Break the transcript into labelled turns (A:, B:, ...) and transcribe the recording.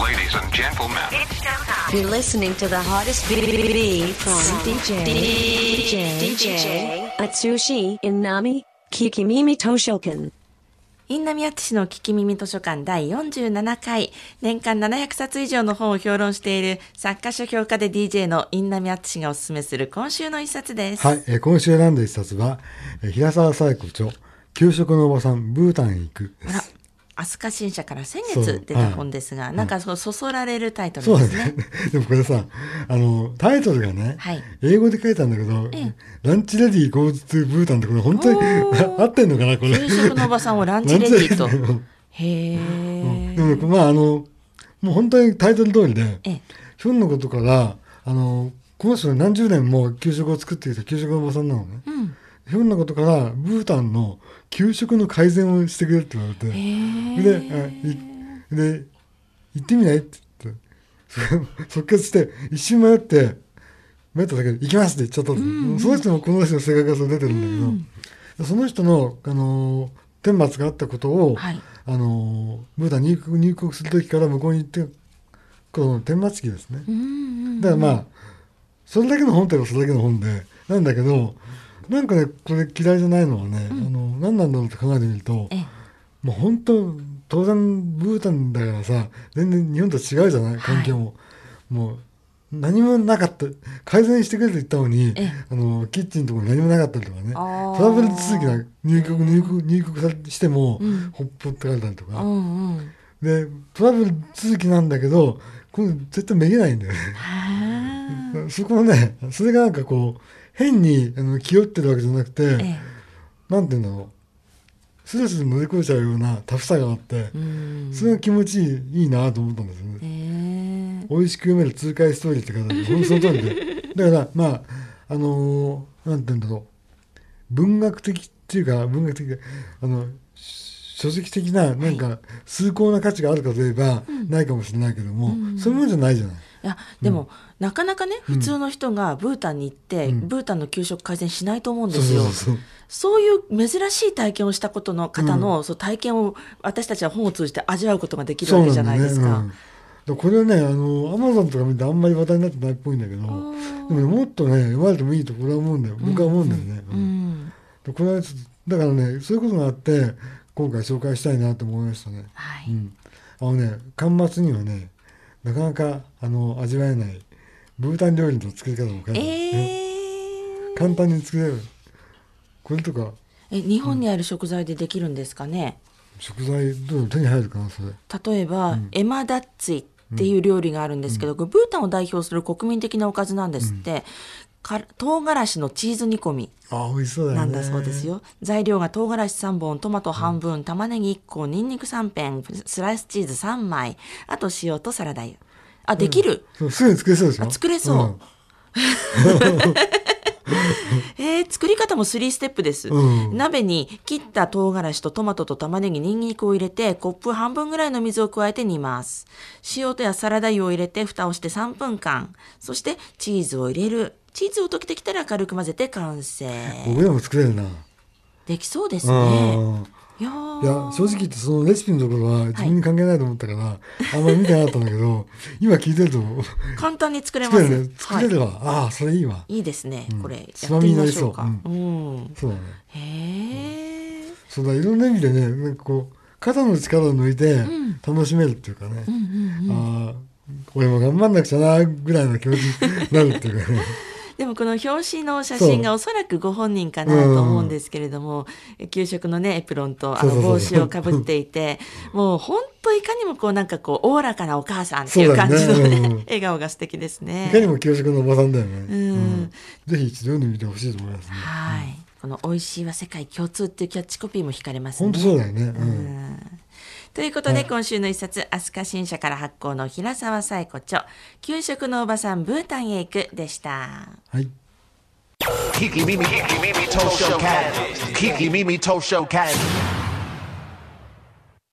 A: Ladies and gentlemen,
B: You're listening to the hottest BBB from DJ DJ DJ Atsushi Inami Kikimimi Toshokan.
C: インナミアツシの聞き耳図書館第47回、年間700冊以上の本を評論している作家書評家で DJ のインナミアツシがおすすめする今週の一冊です。
D: はい、えー今週選んだ一冊は、えー平沢冴子著、給食のおばさん、ブータンへ行くで
C: あら
D: す。、
C: 飛鳥新社から先
D: そ
C: 月
D: う
C: 出た
D: はい
C: 本ですが、なんかそうそそられるタイトル
D: そう
C: で
D: ですす
C: ね
D: ね。。 でもこれさ、あの、タイトルがね、
C: はい
D: 英語で書いたんだけど、ランチレディーゴーズトゥブータンってこれ本当に
C: おー
D: 合ってんのかな、これ。
C: 給食のおばさんをランチレディー と
D: ランチレディー。
C: へ
D: うん
C: え。
D: でも、まあ、あの、もう本当にタイトル通りで
C: ええ、
D: ひょんのことから、あの、この人何十年も給食を作ってきた給食のおばさんなのね。ひょんなことから、ブータンの給食の改善をしてくれって言われて、
C: へえ。
D: で、あいで、行ってみないって言って、そ 即決して、一瞬迷って、迷っただけで、行きますって言っちゃったんですよ、その人もこの人の性格がそう出てるんだけど、その人の、あのー顛末があったことを、
C: はい
D: あのーブータン入国入国する時から向こうに行って、この顛末期ですね。だからまあ、それだけの本って言えばそれだけの本で、なんだけど、なんかね、これ嫌いじゃないのはね、あの、何なんだろうって考えてみると、
C: ええ
D: もう本当当然ブータンだからさ全然日本と違うじゃない環境も、もう何もなかった改善してくれと言ったのに
C: え
D: あのキッチンのところに何もなかったりとかね
C: あー
D: トラブル続きな入国入国入国さしても、
C: ん
D: ほっぽってかれたりと
C: う
D: か、
C: んうん。
D: でトラブル続きなんだけどこれ絶対めげないんだよね。
C: は
D: そこのねそれがなんかこう変にあの気負ってるわけじゃなくて、
C: あ。え
D: なんていうんだろうスレスレ乗り越えちゃうようなタフさがあって、
C: え。うん。
D: それが気持ちいいいいなと思ったんですよ
C: へ
D: ね。
C: え。
D: 美味しく読める痛快ストーリーって方で、ほんとその通りで。だから、まあ、あのーなんて言うんだろう。文学的っていうか、文学的、あの、書籍的な、なんか、崇高な価値があるかといえば、ないかもしれないけども、そういうもんじゃないじゃない。
C: いやでも、なかなかね普通の人がブータンに行って、
D: うん
C: ブータンの給食改善しないと思うんで
D: そう
C: す
D: そ
C: よ。そ
D: うそううそう。
C: いう珍しい体験をしたことの方の、そう体験を私たちは本を通じて味わうことができる
D: そ
C: わ
D: う
C: けじゃ
D: んだ
C: ない
D: よ
C: ですか。
D: ねうんこれはね、あの、アマゾンとか見てあんまり話題になってないっぽいんだけど、でもね、もっとね、読まれてもいいと俺は思うんだよ。僕は思うんだよね。うん
C: うん
D: でこれはちょっとだからねそういうことがあって今回紹介したいなと思いましたね。
C: は
D: う
C: い
D: ん、あのね巻末にはねなかなかあの味わえないブータン料理の作り方も書いてあるね
C: えー
D: 簡単に作れるこれとか
C: え日本にある食材でできるんですかね、
D: 食材どういうの手に入るかなそれ。
C: 例えば、エマダッツィっていう料理があるんですけど、これブータンを代表する国民的なおかずなんですって、か唐辛子のチーズ煮込み
D: あ美味しそうだよ
C: な
D: ね。
C: んだそうです。よ。材料が唐辛子3本、トマト半分、玉ねぎ1個、ニンニク3片、スライスチーズ3枚、あと塩とサラダ油。あ、できる、
D: そうすぐに作れそうでしょ
C: あ作れそうんえー、作り方も3ステップです、
D: うん
C: 鍋に切った唐辛子とトマトと玉ねぎ、ニンニクを入れて、コップ半分ぐらいの水を加えて煮ます。塩とやサラダ油を入れて、蓋をして3分間。そして、チーズを入れる。チーズを溶けてきたら軽く混ぜて完成。
D: 僕でも作れるな。
C: できそうですね。
D: うん
C: いやー
D: いや正直言ってそのレシピのところは自分に関係ないと思ったから、あんまり見てなかったんだけ ど今聞いてると
C: 簡単に作れま
D: 作
C: す。
D: れるね作れ
C: はい
D: れば、ああそれいいわ
C: いいですね、これや
D: つ
C: っ
D: ま
C: て
D: み
C: み
D: にな
C: ま
D: り
C: し
D: そ
C: ょ
D: う
C: うか。うん、
D: そうだね
C: へえ。
D: そうだいろんな意味でねなんかこう肩の力を抜いて楽しめるっていうかね、ああ俺も頑張んなくちゃなぐらいの気持ち になるっていうかね
C: でもこの表紙の写真がおそらくご本人かなと思うんですけれども、給食のねエプロンとあの
D: そうそう
C: 帽
D: そう
C: 子をかぶってい て、もう本当いかにもこうなんかこうおおらかなお母さんっていう感じの
D: そうだ
C: ね
D: よねうん
C: 笑顔が素敵ですね。
D: いかにも教職のおばさんだよね、
C: うん
D: ぜひ一度読んでみてほしいと思いますね
C: はい。この美味しいは世界共通っていうキャッチコピーも惹かれますね。
D: 本当そうだよね、う
C: うんんということで、今週の一冊、飛鳥新社から発行の平沢冴子著、給食のおばさんブータンへ行くでした。
D: はい
E: Kiki Mimi Kiki Mimi Tosho Can Kiki Mimi Tosho Can